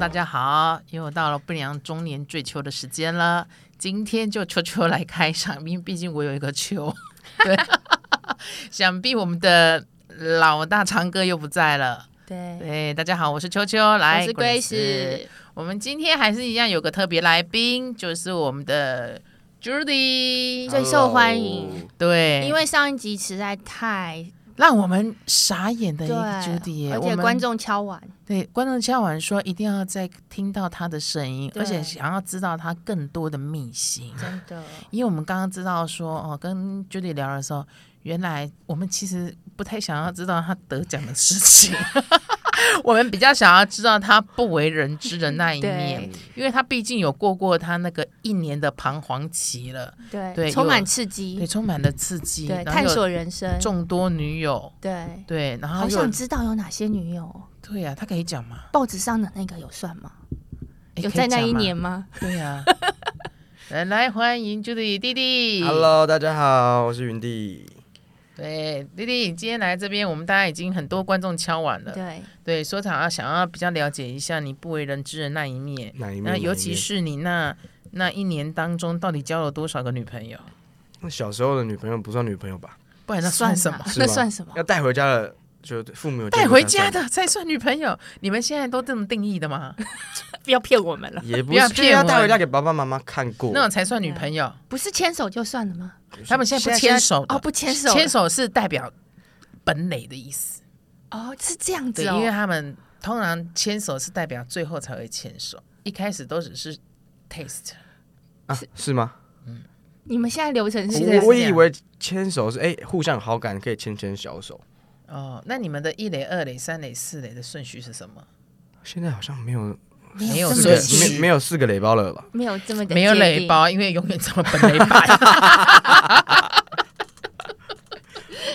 大家好，又到了不良中年追求的时间了。今天就秋秋来开场，因为毕竟我有一个 秋，对，想必我们的老大长哥又不在了。对，对，大家好，我是秋秋，来，我是 Grace Grace，我们今天还是一样有个特别来宾，就是我们的 Judy。最受欢迎 Hello 对，因为上一集实在太让我们傻眼的一对个 Judy，耶而我且们观众敲完，对观众敲完说一定要再听到他的声音，对而且想要知道他更多的秘辛。真 的因为我们刚刚知道说，哦，跟 Judy 聊的时候，原来我们其实不太想要知道他得奖的事 情， 我们比较想要知道他不为人知的那一面对，因为他毕竟有过过他那个一年的彷徨期了，对对充满有刺对，激，充满了刺激，嗯对，然后探有索人生，众多女友，对，对，然后好又想知道有哪些女友哦，对啊呀、他可以讲吗？报纸上的那个有算吗？诶有在那一，可以年讲吗吗？对 呀、来来，欢迎 Judy 弟弟。 Hello，大家好，我是云弟。对，弟弟，今天来这边，我们大家已经很多观众敲完了。 对，对，所长啊，想要比较了解一下你不为人知的那一面，哪一面那哪一尤其面是你那那一年当中，到底交了多少个女朋友？那小时候的女朋友不算女朋友吧？不然那算算什么啦？是那吧算什么要？带回家的，就父母有见带过回才家算的才算女朋友，你们现在都这么定义的吗？不要骗我们了，也不不要是，就是骗要我带回家给爸爸妈妈看过。那种才算女朋友。不是牵手就算了吗？他们现在不现牵在手的哦，不牵手，牵手是代表本垒的意思。哦，是这样对，子因为哦，他们通常牵手是代表最后才会牵手，一开始都只是 taste。啊，是吗？你们现在流程现在是我是我这样以为牵手是哎，互相有好感可以牵牵小手。哦，那你们的一垒、二垒、三垒、四垒的顺序是什么？现在好像没有没有这四么个顺序没没有四个雷包了吧？没有这么的没有界垒定，包，因为永远这么本垒 派。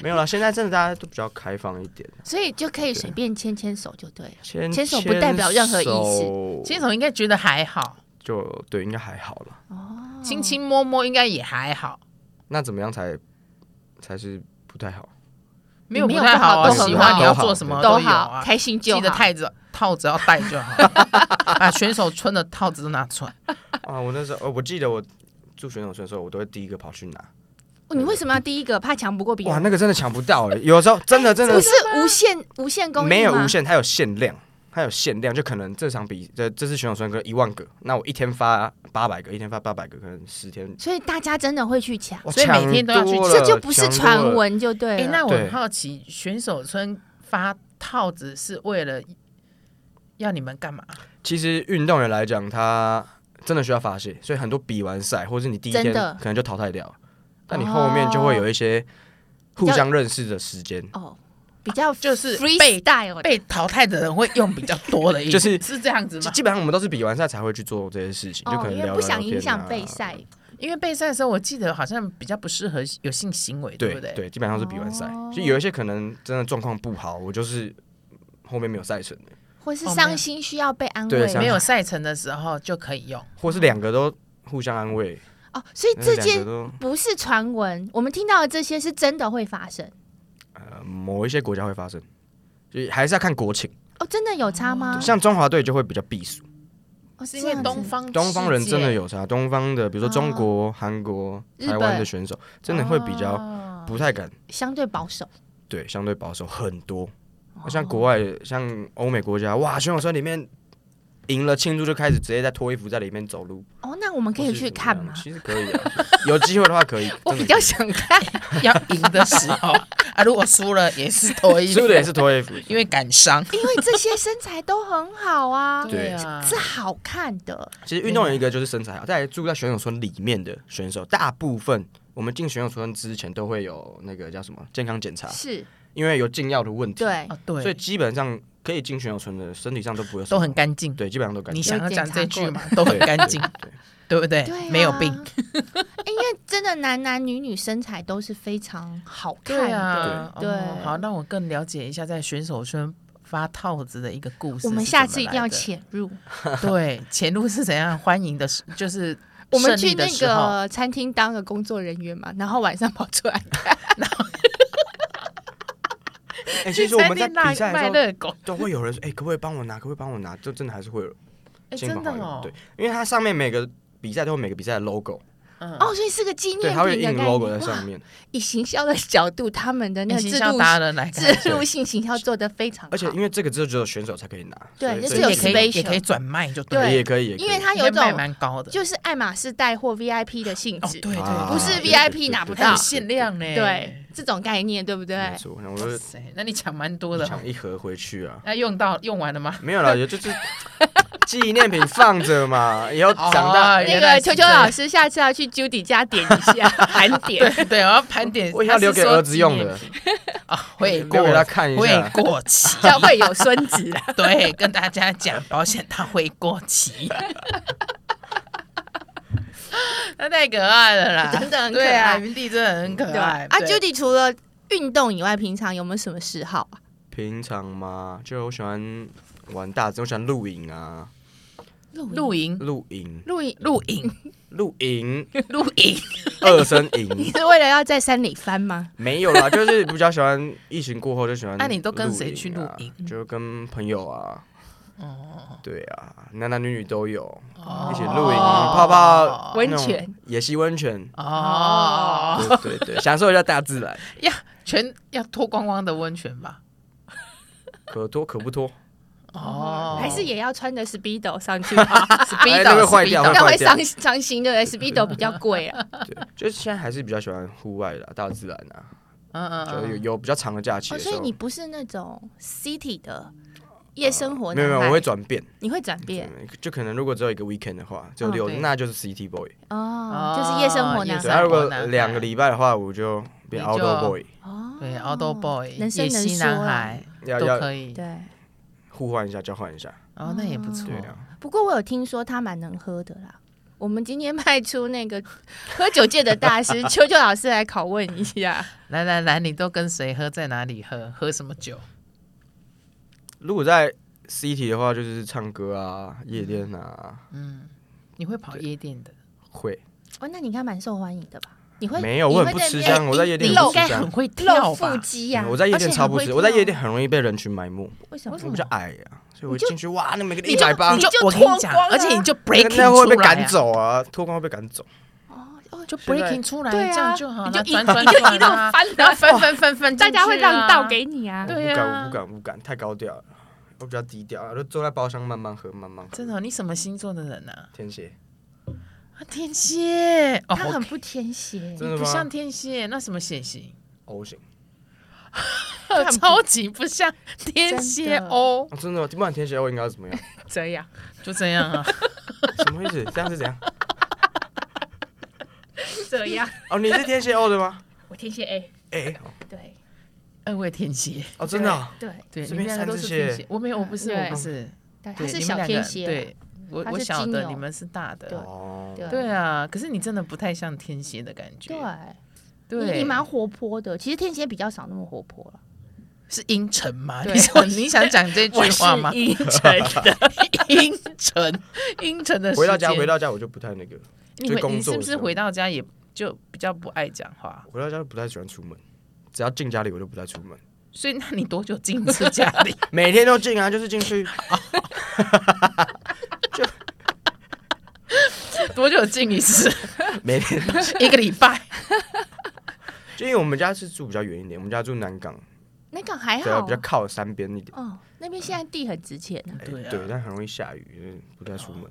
没有了，现在真的大家都比较开放一点。所以就可以随便牵牵手就对了。牵牵手不代表任何意思牵思，手应该觉得还好，就对，应该还好了。哦，亲亲摸摸应该也还好，那怎么样才才是不太好？没有没有太不好啊。都喜很欢好你要做什么都有好，啊。开心就记得好。套子套子要戴就好， 把选手穿的套子都拿出来。啊，我那时候，哦我记得我住选手村的时候，我都会第一个跑去拿。哦你为什么要第一个？怕抢不过别哇，人？那个真的抢不到哎、有时候真的真的不是无限无限供应没有吗无限，它有限量，它有限量，就可能这场比这这次选手村可能一万个，那我一天发八百个，一天发八百个，可能十天。所以大家真的会去抢，哇所以每天都要去抢多了这就不是抢多传了闻就对哎、了。那我很对好奇，选手村发套子是为了要你们干嘛？其实运动员来讲，他真的需要发泄，所以很多比完赛，或是你第一天真的哦可能就淘汰掉了，但你后面就会有一些互相认识的时间。哦，比较就是 freestyle 的被淘汰的人会用比较多的意思，就是是这样子基吗？基本上我们都是比完赛才会去做这些事情，就可哦，能因聊为聊不想影天响啊备赛，因为备赛的时候，我记得好像比较不适合有性行为，对不对？基本上是比完赛哦，就有一些可能真的状况不好，我就是后面没有赛程的，或是哦没有伤心需要被安对慰伤没有赛程的时候就可以用。或是两个都互相安慰，哦，所以但是这两个件都不是传闻，我们听到的这些是真的会发生呃某一些国家会发生，所以还是要看国情，哦，真的有差吗？像中华队就会比较避暑，哦是这因为样东子，方东方人世界真的有差，东方的比如说中国、韩国、嗯日本台湾的选手真的会比较哦不太敢，相对保守，对，相对保守很多。哦那像国外像欧美国家，哇，选手村里面赢了庆祝就开始直接在脱衣服在里面走路。哦，那我们可以去看吗或？是怎么样其实可以、啊，有机会的话 可以。我真的比较想看，要赢的时候啊，如果输了也是脱可以衣服，输的也是脱衣服，因为感伤。 因为这些身材都很好啊， 对啊，是好看的。其实运动员一个就是身材嗯好，再来住在选手村里面的选手，大部分我们进选手村之前都会有那个叫什么健康检查，是，因为有禁药的问题，，对，啊对，所以基本上可以进选手村的身体上都不会有什都么很干净。对，基本上都干你净。想要讲这句吗？都都很干净，，对对不对？对啊没有 病。因为真的男男女女身材都是非常好看的。对啊，对哦好，让我更了解一下在选手村发套子的一个故事。我们下次一定要。潜入，对，潜入是怎样欢迎的时，就是我们去胜利的那时候个餐厅当个工作人员嘛，然后晚上跑出来。哎，其实我们在去餐厅比赛卖卖的时候热狗，哎都会有人说，哎，可不可以帮我拿？可不可以帮我拿？就真的还是会有哎，亲真朋的好友哦，对，因为它上面每个比赛都有每个比赛的 logo，嗯，哦，所以是个纪对，念它会品印的概 logo 在念。哇上，面，以行销的角度，他们的那那个行制销度达人来看，制度性行销做得非常好，而且因为这个只有只有选手才可以拿，对所以这所是以有也可以 special 也可以转卖就对了也可以，也可以因为它有一应该卖种蛮高的，就是爱马仕带货 VIP 的性哦质，对对，啊不是对对 VIP 对拿对不对它有到限量呢，对，这种概念，对不对没？错，然后我哇 就塞，那你抢蛮多的哦，抢一盒回去啊，那用到用完了吗？没有啦，也就是纪念品放着 嘛，以后长大哦那原来个是球球这样老师下次要去 Judy 家点一 下盘点，对，我要盘点， 我要留给儿子用的的，啊，会 留给过他看一会下。过期，这样会有孙子啊 啦。对，跟大家讲，保险它会过期。 那太可爱了啦，真的很可对啊，爱云弟真的很可对爱啊，Judy 除了运动以外，平常有没有什么嗜好啊？平常嘛，就我喜欢玩大自然，我喜欢露营啊，露露营、露 营，露营，露 营、露营，露营，二声你营是为了要在山里翻吗？没有啦，就是比较喜欢疫情过后就喜欢、那你都跟谁去露营就跟朋友啊，哦，对啊，男男女女都有哦一起露营，泡泡温那种泉，野溪温泉，哦，对对对，享受一下大自然，全要脱光光的温泉吧？可脱可不脱。哦，还是也要穿着 Speedo 上 去吗？ speedo，哎那会坏掉 speedo 那会坏掉伤伤心对不对 ？Speedo 比较贵啊。对，就是现在还是比较喜欢户外的、大自然啊，嗯嗯就有嗯，有比较长的假期哦，的时所以候。你不是那种 City 的夜生活没哦男孩，有没有，我会转变，你会转变就可能如果只有一个 weekend 的话，就哦六日对那就是 city boy。哦，就是夜生活男夜对，生啊活孩如果男孩两个礼拜的话，我就变你就 outdoor boy，哦，对，outdoor boy，人生野能溪说男啊孩要都要可以，对。互换一下，交换一下。哦，那也不错对，啊，不过我有听说他蛮能喝的啦。我们今天派出那个喝酒界的大师秋秋老师来拷问一下，来来来，你都跟谁喝，在哪里喝，喝什么酒？如果在 city 的话，就是唱歌啊、夜店啊，嗯，你会跑夜店的，会哦，那你应该蛮受欢迎的吧？你会没有你我会很不在吃那边香我在夜店你很露不吃该香很会跳露腹吧？肌呀、我在夜而且店超很不会吃，我在夜店跳很容易被人群埋没，为什么？我比较矮啊，所以我你就进去哇，那每个你一就百八你，就你就我跟你脱讲，光啊而且你就那 breaking 那会被出来啊赶，走啊，脱光会被赶走。哦哦，就现在 breaking 出来，对啊这样就好了，你就一转 转你就转一路啊，翻然后然翻翻翻翻，大家会让道。给你啊我。对啊不敢，我不敢，不敢，太高调了，我比较低调啊，就坐在包厢慢慢喝，慢慢喝。真的哦，你什么星座的人啊？天蝎，啊，天蝎哦，他很不天蝎，真的不像吗天蝎，那什么血型？ ？O 型很不超级不像天蝎真的哦，啊，真的吗，不然天蝎 O 应该要怎么样？这样就这样啊。 什么意思？这样是怎样？这样。哦，你是天蝎 O 的吗？我天蝎 A，哎，对二位哎天蝎，哦，真的啊，对，对，你这们边两个都是三只蟹天蝎，我没有，我不是，对我不是，对他对是你们小两个天蝎，，啊对我他我是小金的，牛你们是大的，哦，对对啊，可是你真的不太像天蝎的感觉，对啊对，你你蛮活泼的。其实天蝎比较少那么活泼了。是阴沉吗？对你说哦你想讲这句话吗？阴沉的，阴沉， 阴沉的时间。回到家，回到家我就不太那个，你回就你工是作不的是时候回到家也就比较不爱讲话？回到家就不太喜欢出门，只要进家里我就不太出门，所以那你多久进一次家里？ 每天都进啊，就是进去，多久进一 次？每天都进一个礼拜？就因为我们家是住比较远一点，我们家住南港， 那个哎还对啊，好比较。靠山边一点，哦，那边现在地很值钱呢。哎对啊哦对，但很容易下雨，就是不太出门，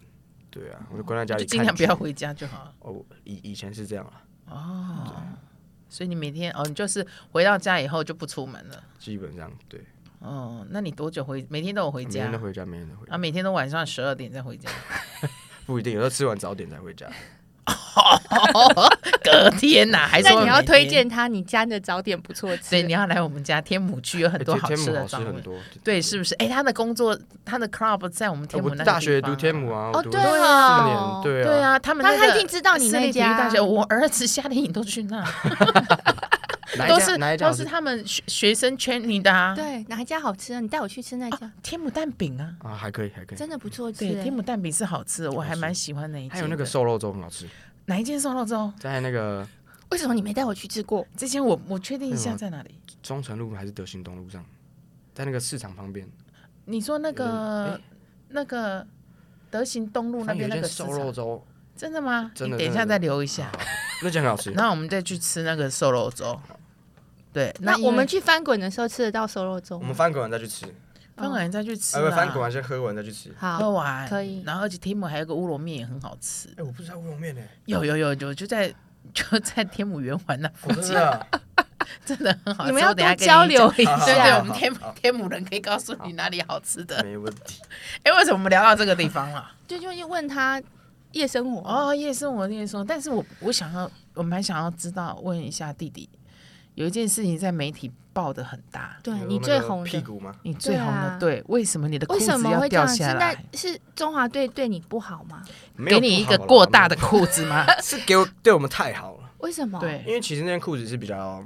对啊，我就关在家就里，尽量不要。回家就好了。哦，以以前是这样啊，哦，所以你每天哦，你就是回到家以后就不出门了。基本上对，哦，那你多久回？每天都有回每家天都回家，每天都回啊？家，每天都晚上十二点再回家？不一定，有时候吃完早点才回家。哦，隔天呐、 还是那会你要每天推荐他，你家的早点不错吃。所以你要来我们家天母区 有很多哎好天吃母的好吃早很餐。多，对，是不是？哎，他的工作，他的 club 在我们哎天母我那个大学读地方天母，啊，哦我读对了四哦年，对啊，对啊，他们那那他个一定知道你私立那体育家啊大学。我儿子夏令营都去那，哪一家都是哪一家都好是吃他们学学生圈里的啊。对哪一家好吃啊？你带我去吃那家啊，，天母蛋饼啊，啊，还可以，还可以。真的不错吃对，哎。天母蛋饼是好吃的，我还好吃蛮喜欢那一间的。还有那个瘦肉粥很好吃，哪一间烧肉粥？在那个为什么你没带我去吃过？这间我我确定一那下个在哪里。中城路还是德兴东路上，在那个市场旁边。你说那有点个哎那个德行东路那有边一那间个市瘦场肉粥，真的吗？真的你等一真的下再留一下，那间很好吃。然后我们再去吃那个瘦肉粥。对，那因为我们去翻滚的时候吃得到瘦肉粥我嗯吗们翻滚完再去吃，翻滚完再去吃哎，啦，不，翻滚完先喝完再去吃。喝好，完可以然后而且天母还有个乌龙面也很好吃，哎，我不知道乌龙面 呢，有有有，我就在就在天母圆环那附我近真，的真的很好吃。你们要我等一多下跟你交流讲。一好对对，好我下。们天母天母人可以告诉你哪里好吃的。没问题。哎，为什么我们聊到这个地方了？就就问他夜生活，哦，夜生活，夜生活。但是我我想要，我蛮想要知道，问一下弟弟，有一件事情在媒体报的很大，对你说你那最个红屁的，股吗？你最红的，对啊对，为什么你的裤为什子么要会这掉样？是下在来？是中华队对你不好吗？没有给你一不好个啦过大的没裤子 吗？有是给我对我们太好了，为什么？，对，因为其实那件裤子是比较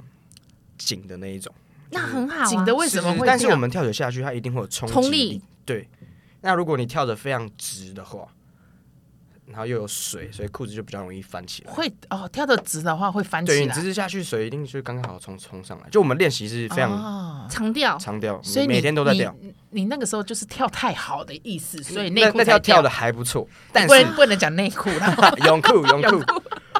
紧的那一种。那很好啊。紧的为什么是会？但是我们跳水下去，它一定会有冲击冲力力。对，那如果你跳得非常直的话，然后又有水，所以裤子就比较容易翻起来。会哦，跳得直的话会翻对起你来直。直下去，水一定就刚刚好冲冲上来。就我们练习是非常哦，长调，长调，所以你每天都在跳。你。你那个时候就是跳太好的意思，所以那内裤那才跳跳的，还不错，但你不 是能不能讲内裤 啦。泳 裤泳裤，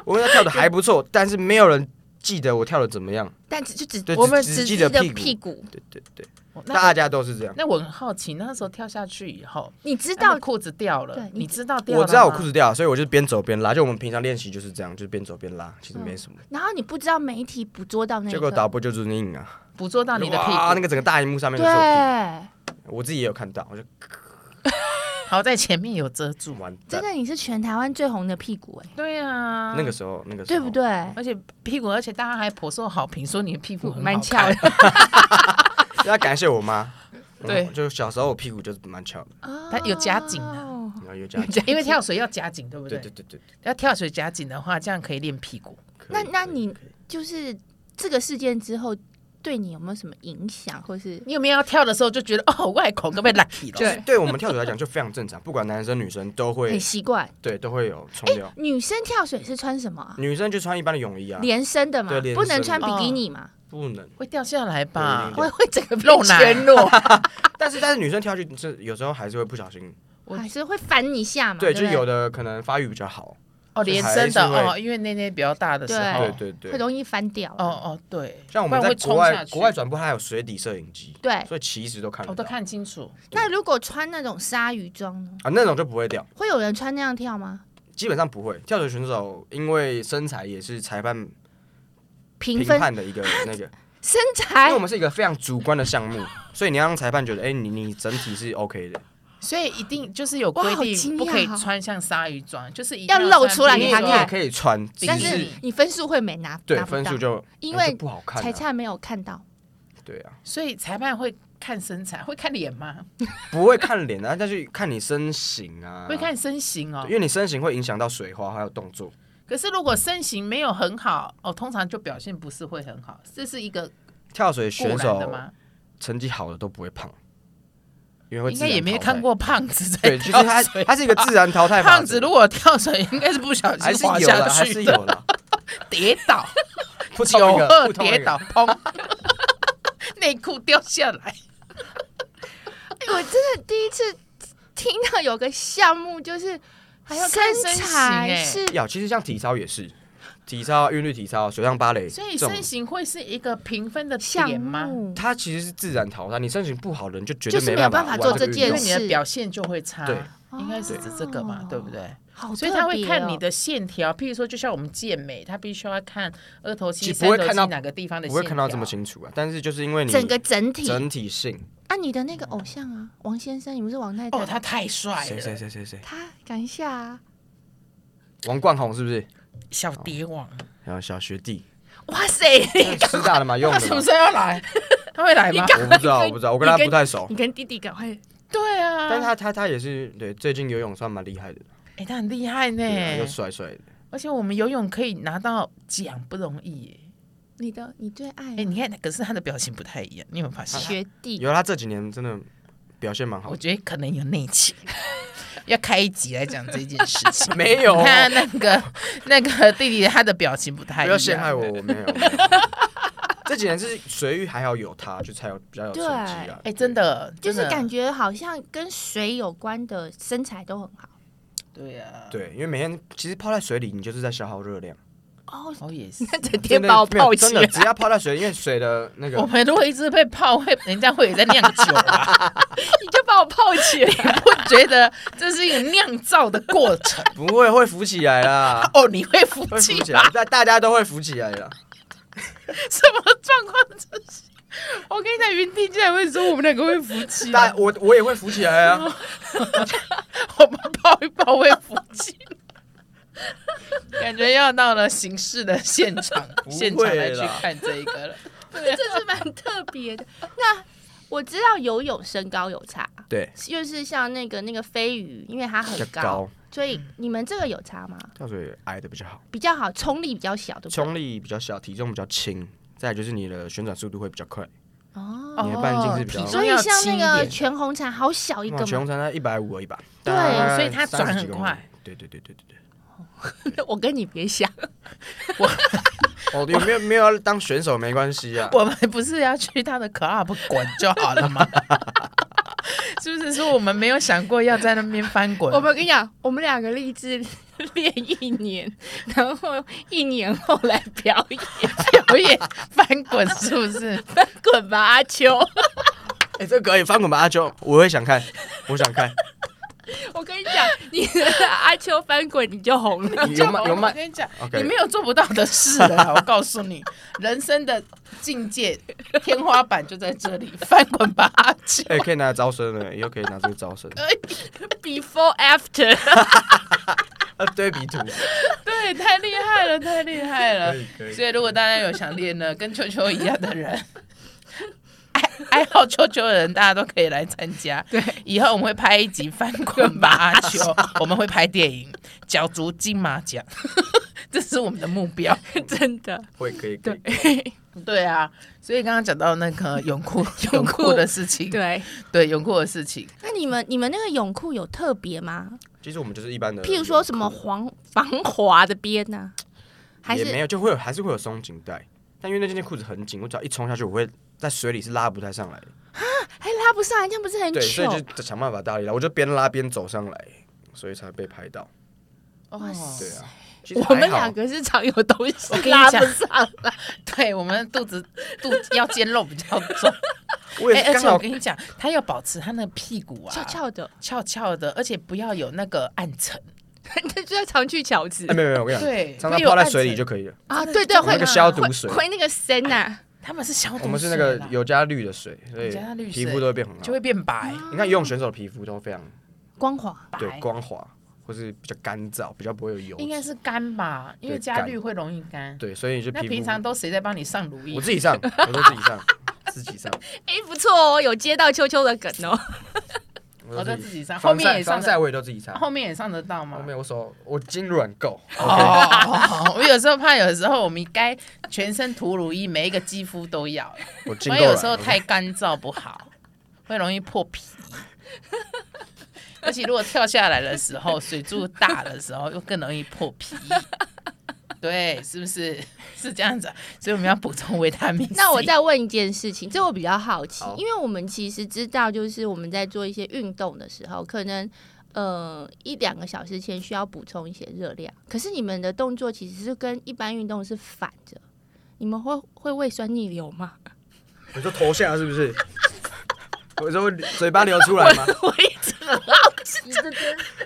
我们跳的还不错，但是没有人记得我跳的怎么样。但只就只对我们只只只记得得屁屁股。对对对，大那家都是这样。那我很好奇，那时候跳下去以后，你知知道裤子掉了对，你你知道掉了我知道我吗裤子掉了，所以我就边走边拉。就我们平常练习就是这样，就是边走边拉，其实没什么。然后你不知道媒体捕捉到那结果个，导播就是你硬啊。捕捉到你的屁哇那股，个整个大荧幕上面对都是我屁股，我自己也有看到，我就好在前面有遮住。完真蛋。的你是全台湾最红的屁股哎、对啊，那个时候，那个时候对不？对？而且屁股，而且大家还颇受好评，说你的屁股很蛮好翘看。的，要啊感谢我妈。对嗯就小时候我屁股就是蛮翘的， 它有夹紧啊哦然后又这样。 因为跳水要夹紧，对不对对对？对对，要跳水夹紧的话，这样可以练屁股。可以那那可以你可以就是这个事件之后，对你有没有什么影响，或是你有没有要跳的时候就觉得 哦，外口可不可以 lucky 了？对对我们跳水来讲就非常正常，不管男生女生都 会很习惯？对都会有冲掉。女生跳水是穿什么啊？女生就穿一般的泳衣啊，连身的嘛对，连不能身穿的比哦基尼嘛，不能。会掉下来吧对？会会整个被露奶哦全裸，但是但是女生跳下去是有时候还是会不小心，我还是会翻一下嘛？对，嗯对，就有。的可能发育比较好，哦，就连还身是的会哦，因为那那比较大的时对候，对哦对会对。容易翻掉。哦对，像我不然们在会国冲外下去国外转播，它还有水底摄影机，对，所以其实都看我得都到看清楚。那如果穿那种鲨鱼装呢？啊，那种就不会掉。会有人穿那样跳吗？基本上不会。跳水选手因为身材也是裁判评评分判的一个 那个，身哎材因为我们是一个非常主观的项目，所以你要让裁判觉得，哎、你你整体是 OK 的。所以一定就是有哇规好定，惊不可以讶哦穿像鲨鱼装，就是一定要露穿出来比给如他你说也看可以穿，只但比是基尼你分数会没拿，对拿不分到数就因哎为这不好看、裁啊。判没有看到，对啊，所以裁判会看身材，会看脸吗？不会看脸啊，但是看你身形啊，会看身形哦对，因。为你身形会影响到水花还有动作。可是如果身形没有很好哦，通常就表现不是会很好，这是一个跳水固选然的手吗？成绩好的都不会胖，因为会应自该然也没淘汰看。过胖子在对，就是跳他，水。他是一个自然淘汰法则。胖子如果跳水，应该是不小还心是滑有的，下还去是的，有的，跌倒。不酒同一个，喝不同一跌个倒，砰， 内裤掉下来。哎我真的第一次听到有个项目就是还要看身形材哎是要，其实像体操也是，体操、韵律体操、水上芭蕾，所以这种身形会是一个评分的项点吗？目，它其实是自然淘汰。你身形不好的人就绝就对是没有办办法玩做这这个件因运为动你的表现就会差，对应该是指这个嘛哦，对不对？好，哦所以他会看你。的线条，譬如说，就像我们健美，他必须要看二头肌、其实三不会头看肌到哪个地方的不线条。会看到这么清楚啊。但是就是因为你整个整体整体性，啊，你的那个偶像啊，王先生，你不是王太太？哦，他太帅谁谁了，谁谁谁，他讲一下啊，王冠宏是不是？小蝶王，然后小学弟，哇塞，师大的嘛，用他的什么 嘛。时候要来？ 他会来吗？我不知道，我不知哦道，我跟他不太熟。你跟弟弟赶快，对啊，但是他他他也是对，最近游泳算蛮厉害的，哎，他很厉害呢，对啊，又帅帅的。而且我们游泳可以拿到奖不容易耶。你的你最爱啊哎、你看，可是他的表情不太一样，你有没有发现？学弟，有他这几年真的表现蛮好我的，觉得可能有内情， 要开一集来讲这件事 情。没 有你看那个 那个弟弟，他的表情不太一样。不要陷害我，。我没有。没有这几年是水域还好有他，就才有比较有成绩啊。哎、真的，就是真的感觉好像跟水有关的身材都很好，对呀、啊，对，因为每天其实泡在水里，你就是在消耗热量。哦，哦也是。整天把我 真的没有泡起真的，来， 只要泡在水里，因为水的那我个，们如果一直被泡，会人家会有在酿酒啊，你就把我泡起来。会觉得这是一个酿造的过 程。，不会会浮起来啦哦，你会服会浮气起吧来？，大大家都会浮起来的。什么状况？这是我跟你讲，云弟竟然会说我们两个会服气，大我我也会浮起来啊，我们抱一抱会服气。 感觉要到了刑事的现场， 不会啦现场来去看这一个了。 这是蛮特别的。 那我知道游泳身高有差，对，就是像那个那个飞鱼，因为它很比较高，所以你们这个有差吗？跳水矮的比较好，比较好，冲力比较小，对不对？冲力比较小，体重比较轻，再来就是你的旋转速度会比较快。哦，你的半径是比较哦体所重以要像轻那一个点，全红婵好小一哇个全嘛，红婵才一百五而已吧？对大概所以它转很30几公分快。对对对对对对。 我跟你别想， 哦，有没有没有要当选手没关系啊。我们不是要去他的 club 滚就好了吗？ 是不是说我们没有想过要在那边翻滚？我们跟你讲，我们两个立志练一年， 然后一年后来表演，表演翻滚是不是？滚吧阿秋！哎、这可以翻滚吧，阿秋，我会想看，我想 看。 我跟你讲，你阿秋翻滚你就红 了。有卖有我卖跟你讲， ，OK，你没有做不到的事了啦。我告诉你，人生的境界天花板就在这里，翻滚吧，阿九。哎、可以拿来招生了，以后可以拿这个招生， Before after， 呃，对比图，对，太厉害了，太厉害了可以可以。所以如果大家有想练呢，跟秋秋一样的人， 爱爱好秋秋的人，大家都可以来参加。对，以后我们会拍一集《翻滚吧，阿秋》，我们会拍电影，角逐金马奖， 这是我们的目标。真的会可以可以，对啊，所以刚刚讲到那个泳 裤泳裤的事 情，对。对泳裤的事情，那你们你们那个泳裤有特别吗？其实我们就是一般的，譬如说什么黄防滑的边呢、还也没是有，就会有还是会有松紧带，但因为那件裤子很紧，我只要一冲下去，我会在水里是拉不太上来的，还哎拉不上来，这样不是很对，所以糗？就想办法大力拉，我就边拉边走上来，所以才被拍到，哇对啊，其实我们还好两，个是常有东西 我跟你拉不讲上来，对我们肚子肚子要肩肉比较重，我也哎是而刚 且我好跟你讲，他要保持他那个屁股啊翘翘的。 翘翘的，而且不要有那个暗沉，那就要常去饺子哎、没有没有，我跟你讲，对，常会常有泡在暗水里沉就可以了。啊，真的对真对，的会那个消毒水会会那个参呐，他们是消毒水啦，我们是那个有加氯的水，所以有加氯水皮肤都会变很好。就会变白，你看游泳选手的皮肤都非常光滑白对光滑，或是比较干燥，比较不会有油脂。应该是干吧，因为对加干氯会容易干。对，所以你就那皮平肤常都谁在帮你上乳液我？自己上，我都自己 上，自己上，哎，不错哦，有接到秋秋的梗哦。我我在都哦自自己己上，后防面晒也上防得，晒我也都自己哦上。后面也上得到吗后？面我手我筋软够 ，OK，哦，我有时候怕，有时候我们该全身涂乳液，每一个肌肤都要，我筋因为够有了。时候 OK 太干燥不好，会容易破皮。而且如果跳下来的时候，水柱大的时候，又更容易破皮。对，是不是是这样子啊？所以我们要补充维他命 C。那我再问一件事情，这我比较好奇，好因为我们其实知道，就是我们在做一些运动的时候，可能呃一两个小时前需要补充一些热量，可是你们的动作其实是跟一般运动是反着，你们会会胃酸逆流吗？你说头下是不是？我说嘴巴流出来 吗？我一直。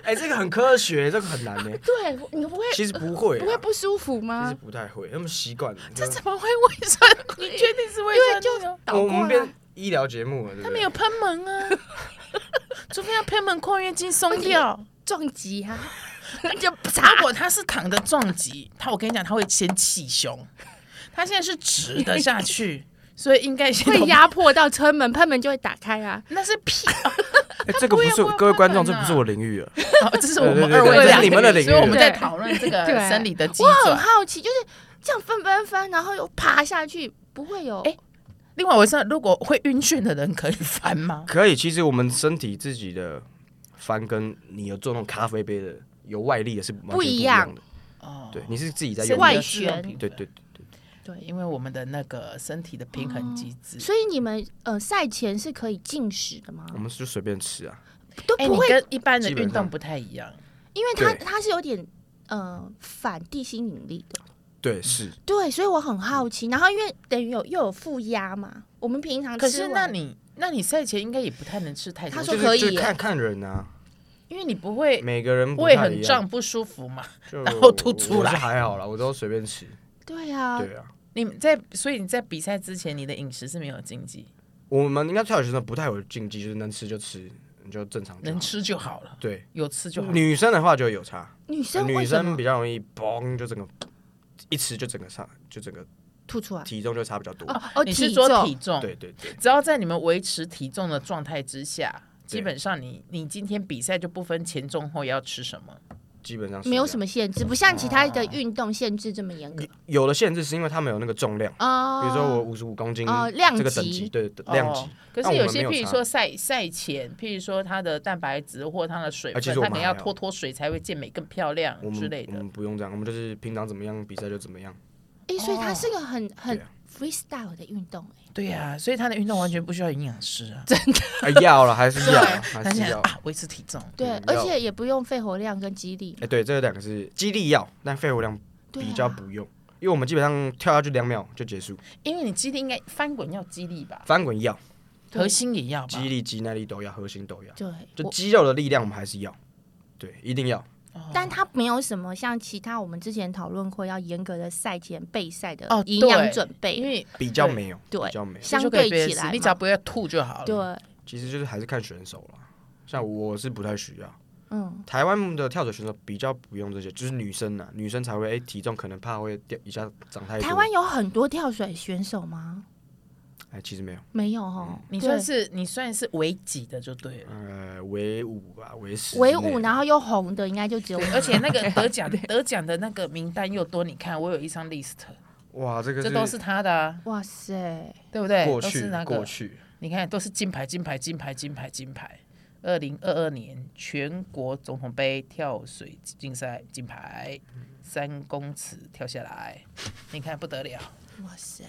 哎，这个很科学，这个很难呢 对你不会其实不会不会啊，不舒服其吗实？不太会，他们习惯了。这怎么会胃酸？ 你确定是胃酸？就倒我过们来变医疗节目了，啊对不啊他对没有喷门啊，除非要喷门括约肌松掉。撞击 啊， 就啪如果他是躺着撞击，他我跟你讲，他会先气胸。他现在是直的下去，所以应该先会。压迫到车门，喷门就会打开啊。那是屁、哎，这个不是不要各位观众，不这要不是我领域啊。哦，这是我们对对对二位对这两个是你们的领域啊所以我们在对讨论这个对生理的机我很转。好奇，就是这样翻翻翻，然后又爬下去，不会有哎另外，我是如果会晕眩的人可以翻吗？可以，其实我们身体自己的翻跟你有做那种咖啡杯的有外力也是完全不不一一样样的。哦，对，你是自己在是用力。外你的适用旋平对衡对对对，对，因为我们的那个身体的平衡机制。所以你们呃赛前是可以进食的吗？我们就随便吃啊。都哎、不你会，跟一般的基本运动上不太一样，因为它对它是有点呃反地心引力的，对，是对，所以我很好奇。然后因为等于有又有负压嘛，我们平常可吃是那完你那你赛前应该也不太能吃太多，他说就是可以就是耶看看人啊，因为你不会每个人不胃太很一样胀不舒服嘛。就然后吐出来我是还好啦，我都随便吃。对啊，对啊，你们在所以你在比赛之前，你的饮食是没有禁忌，啊我们应该跳水生不太有禁忌，就是能吃就吃，你就正常就好能。吃就好了，对，有吃就好。女生的话就有差，女生啊女为什么生比较容易嘣就整个一吃就整个上就整个吐出来？体重就差比较多。哦，你是体说重体重？对对对，只要在你们维持体重的状态之下，基对本上你你今天比赛就不分前中后要吃什么。基本上是没有这什样。么限制，不像其啊他的运动限制这么严格有的限制是因为他们有那个重量，哦。比如说我五十五公斤哦量级这个等级，对对量级哦。可但是我们有些，没有譬如差说赛赛前，譬如说它的蛋白质或它的水啊其分，实我它们可能还要好脱脱水才会健美更漂亮我们之类我的。们不用这样，我们就是平常怎么样比赛就怎么样。哎，所以它是个很很哦对啊 freestyle 的运动哎。对呀、所以他的运动完全不需要营养师啊，哎，要了还是要啦，还他是现在要。啊维持体重。对嗯，而要且也不用肺活量跟肌力。哎，对，这两个是肌力要，但肺活量对啊比较不用，因为我们基本上跳下去两秒就结束，因为你肌力应该翻滚要肌力吧，翻滚要，对核心也要吧肌。力、肌耐力都要，核心都要，对，就我肌肉的力量我们还是要，对，一定要。哦但它没有什么像其他我们之前讨论过要严格的赛前备赛的哦营养对准因备，为比较对没有，对比较没有。相就给对别人起吃来你只要嘛。不要吐就好了。对，其实就是还是看选手啦，像我是不太需要。嗯，台湾的跳水选手比较不用这些，就是女生啊，女生才会哎、体重可能怕会掉一下长太多。台湾有很多跳水选手吗？哎、其实没有，没有哦，嗯你对算是你算是为己的就对了。呃，唯五吧，唯十之类唯的，五，然后又红的，应该就只有对你，而且那个得奖得奖的那个名单又多，你看我有一张 list，哇，这个这都是他的啊，哇塞，对不对？过都是去那个过，去，你看都是金牌，金牌，金牌，金牌，金牌。二零二二年全国总统杯跳水竞赛金牌，三公尺跳下来，你看不得了。哇塞，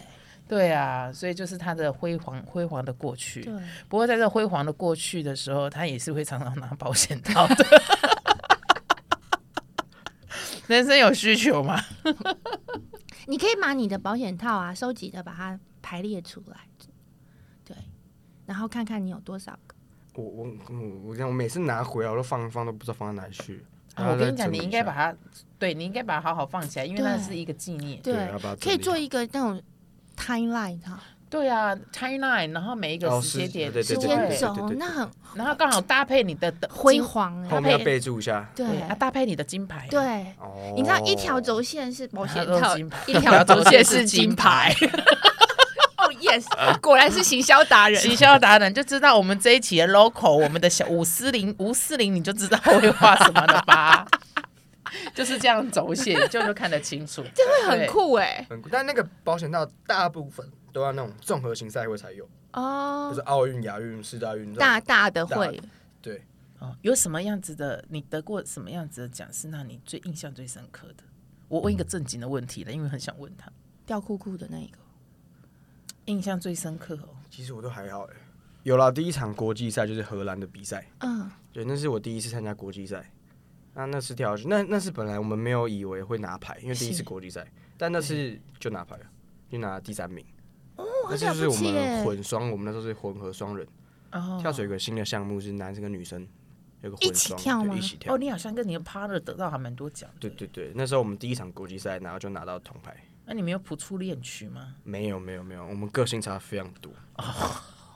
对啊，所以就是他的辉煌辉煌的过去。对，不过在这辉煌的过去的时候，他也是会常常拿保险套的。 人生有需求嘛？你可以把你的保险套啊收集的把它排列出来，对，然后看看你有多少个。我我我我讲，我每次拿回来我都放放都不知道放到哪里去。啊我跟你讲，你应该把它它，对你应该把它好好放起来，因为对那是一个纪念。对对要把它整理好可以做一个那种 timeline 哈，对啊，timeline，然后每一个哦时间是点、对对时对间对轴对对对那很然后刚好搭配你的的辉金，煌后哎，面它要配备注一下。对啊，对搭配你的金牌。 对。哦，你看一条轴线是保 险它都套，是金牌。一条轴线是金牌。哦，yes，果呃然是行销达人。行销达人就知道我们这一期的 local，我们的小五四零五四零，你就知道我会画什么了吧？ 就是这样轴线，就能看得清楚，这会很。酷哎、很酷但那个保险套大部分都要那种综合型赛会才有，就哦是，奥运、亚运、世大运这种大大的会对。哦，有什么样子的？你得过什么样子的奖是让你最印象最深刻的？我问一个正经的问题了，因为很想问他，掉裤裤的那一个，印象最深刻哦。其实我都还好哎、有啦，第一场国际赛就是荷兰的比赛，嗯，对，那是我第一次参加国际赛。那那是跳下去，那那是本来我们没有以为会拿牌，因为第一是次国际赛，但那次就拿牌了，就拿第三名。哦，那很就了是不我起们耶！混双，我们那时候是混合双人、哦，跳水，有个新的项目是男生跟女生有个一混起双，跳对吗一起跳。哦，你好像跟你的 partner 得到还蛮多奖的。对，对对，那时候我们第一场国际赛，然后就拿到铜牌。那你们有谱出恋曲吗？没有没有没有，我们个性差非常多。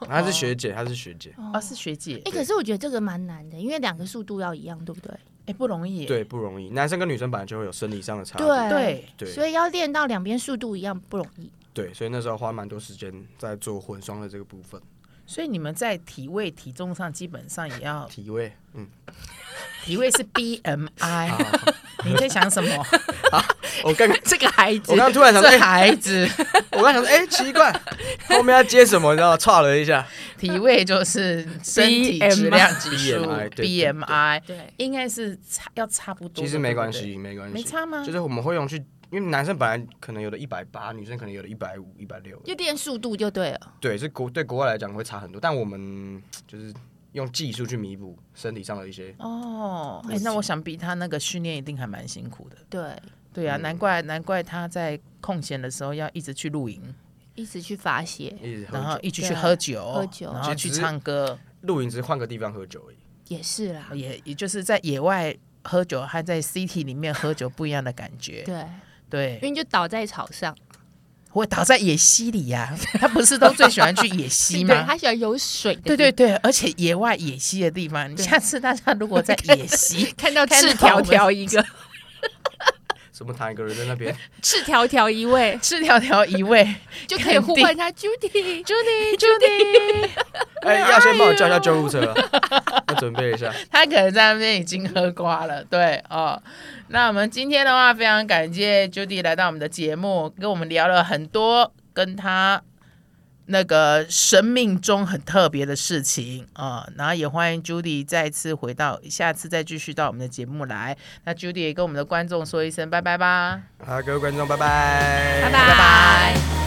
她是学姐，她是学姐，哦，是学姐，哎、可是我觉得这个蛮难的，因为两个速度要一样，对不对？哎，不容易耶。对不容易。男生跟女生本来就会有生理上的差别，对，对所以要练到两边速度一样不容易。对，所以那时候花蛮多时间在做混双的这个部分。所以你们在体位、体重上基本上也 要体位，嗯，体位是 BMI，你啊在想 什么？我刚刚这个孩我刚刚突然想说，这哎，孩子我刚想说，哎，奇 怪，后面要接什么，你知道吗，岔了一下。体位 就是身体质量指数 BMI 对对对 BMI，对，应该是差要差不多。其实没关，系，没关系，没差吗就是我们会用去，因为男生本来可能有的一百八，女生可能有的一百五、一百六，就练速度就对了。对，是国对国外来讲会差很多，但我们就是用技术去弥补身体上的一些。哦，不哎，那行我想必他那个训练一定还蛮辛苦的。对，对啊，嗯难怪难怪他在空闲的时候要一直去露营，一直去发泄一直喝然后酒啊一直去对喝酒，喝酒然后其去实唱歌，露营只是换个地方喝酒而已。也是啦，也也就是在野外喝酒和在 city 里面喝酒不一样的感觉。对，因对，为就倒在草上，我倒在野溪里呀、他不是都最喜欢去野溪对， 吗？他喜欢有水的，对对，对，而且野外野溪的地方，对，下次大家如果在野溪 看到看到赤条条一个，什么唐一个人在那边赤条条一位，赤条条一位 就可以呼唤他 Judy。 ，Judy Judy，哎，要先帮我叫一下救护车 啊，要准备一下。他可能在那边已经喝瓜了。对哦，那我们今天的话，非常感谢 Judy 来到我们的节目，跟我们聊了很多跟他那个生命中很特别的事情啊、然后也欢迎 Judy 再次回到，下次再继续到我们的节目来。那 Judy 也跟我们的观众说一声拜拜吧。好，各位观众，拜拜拜，拜。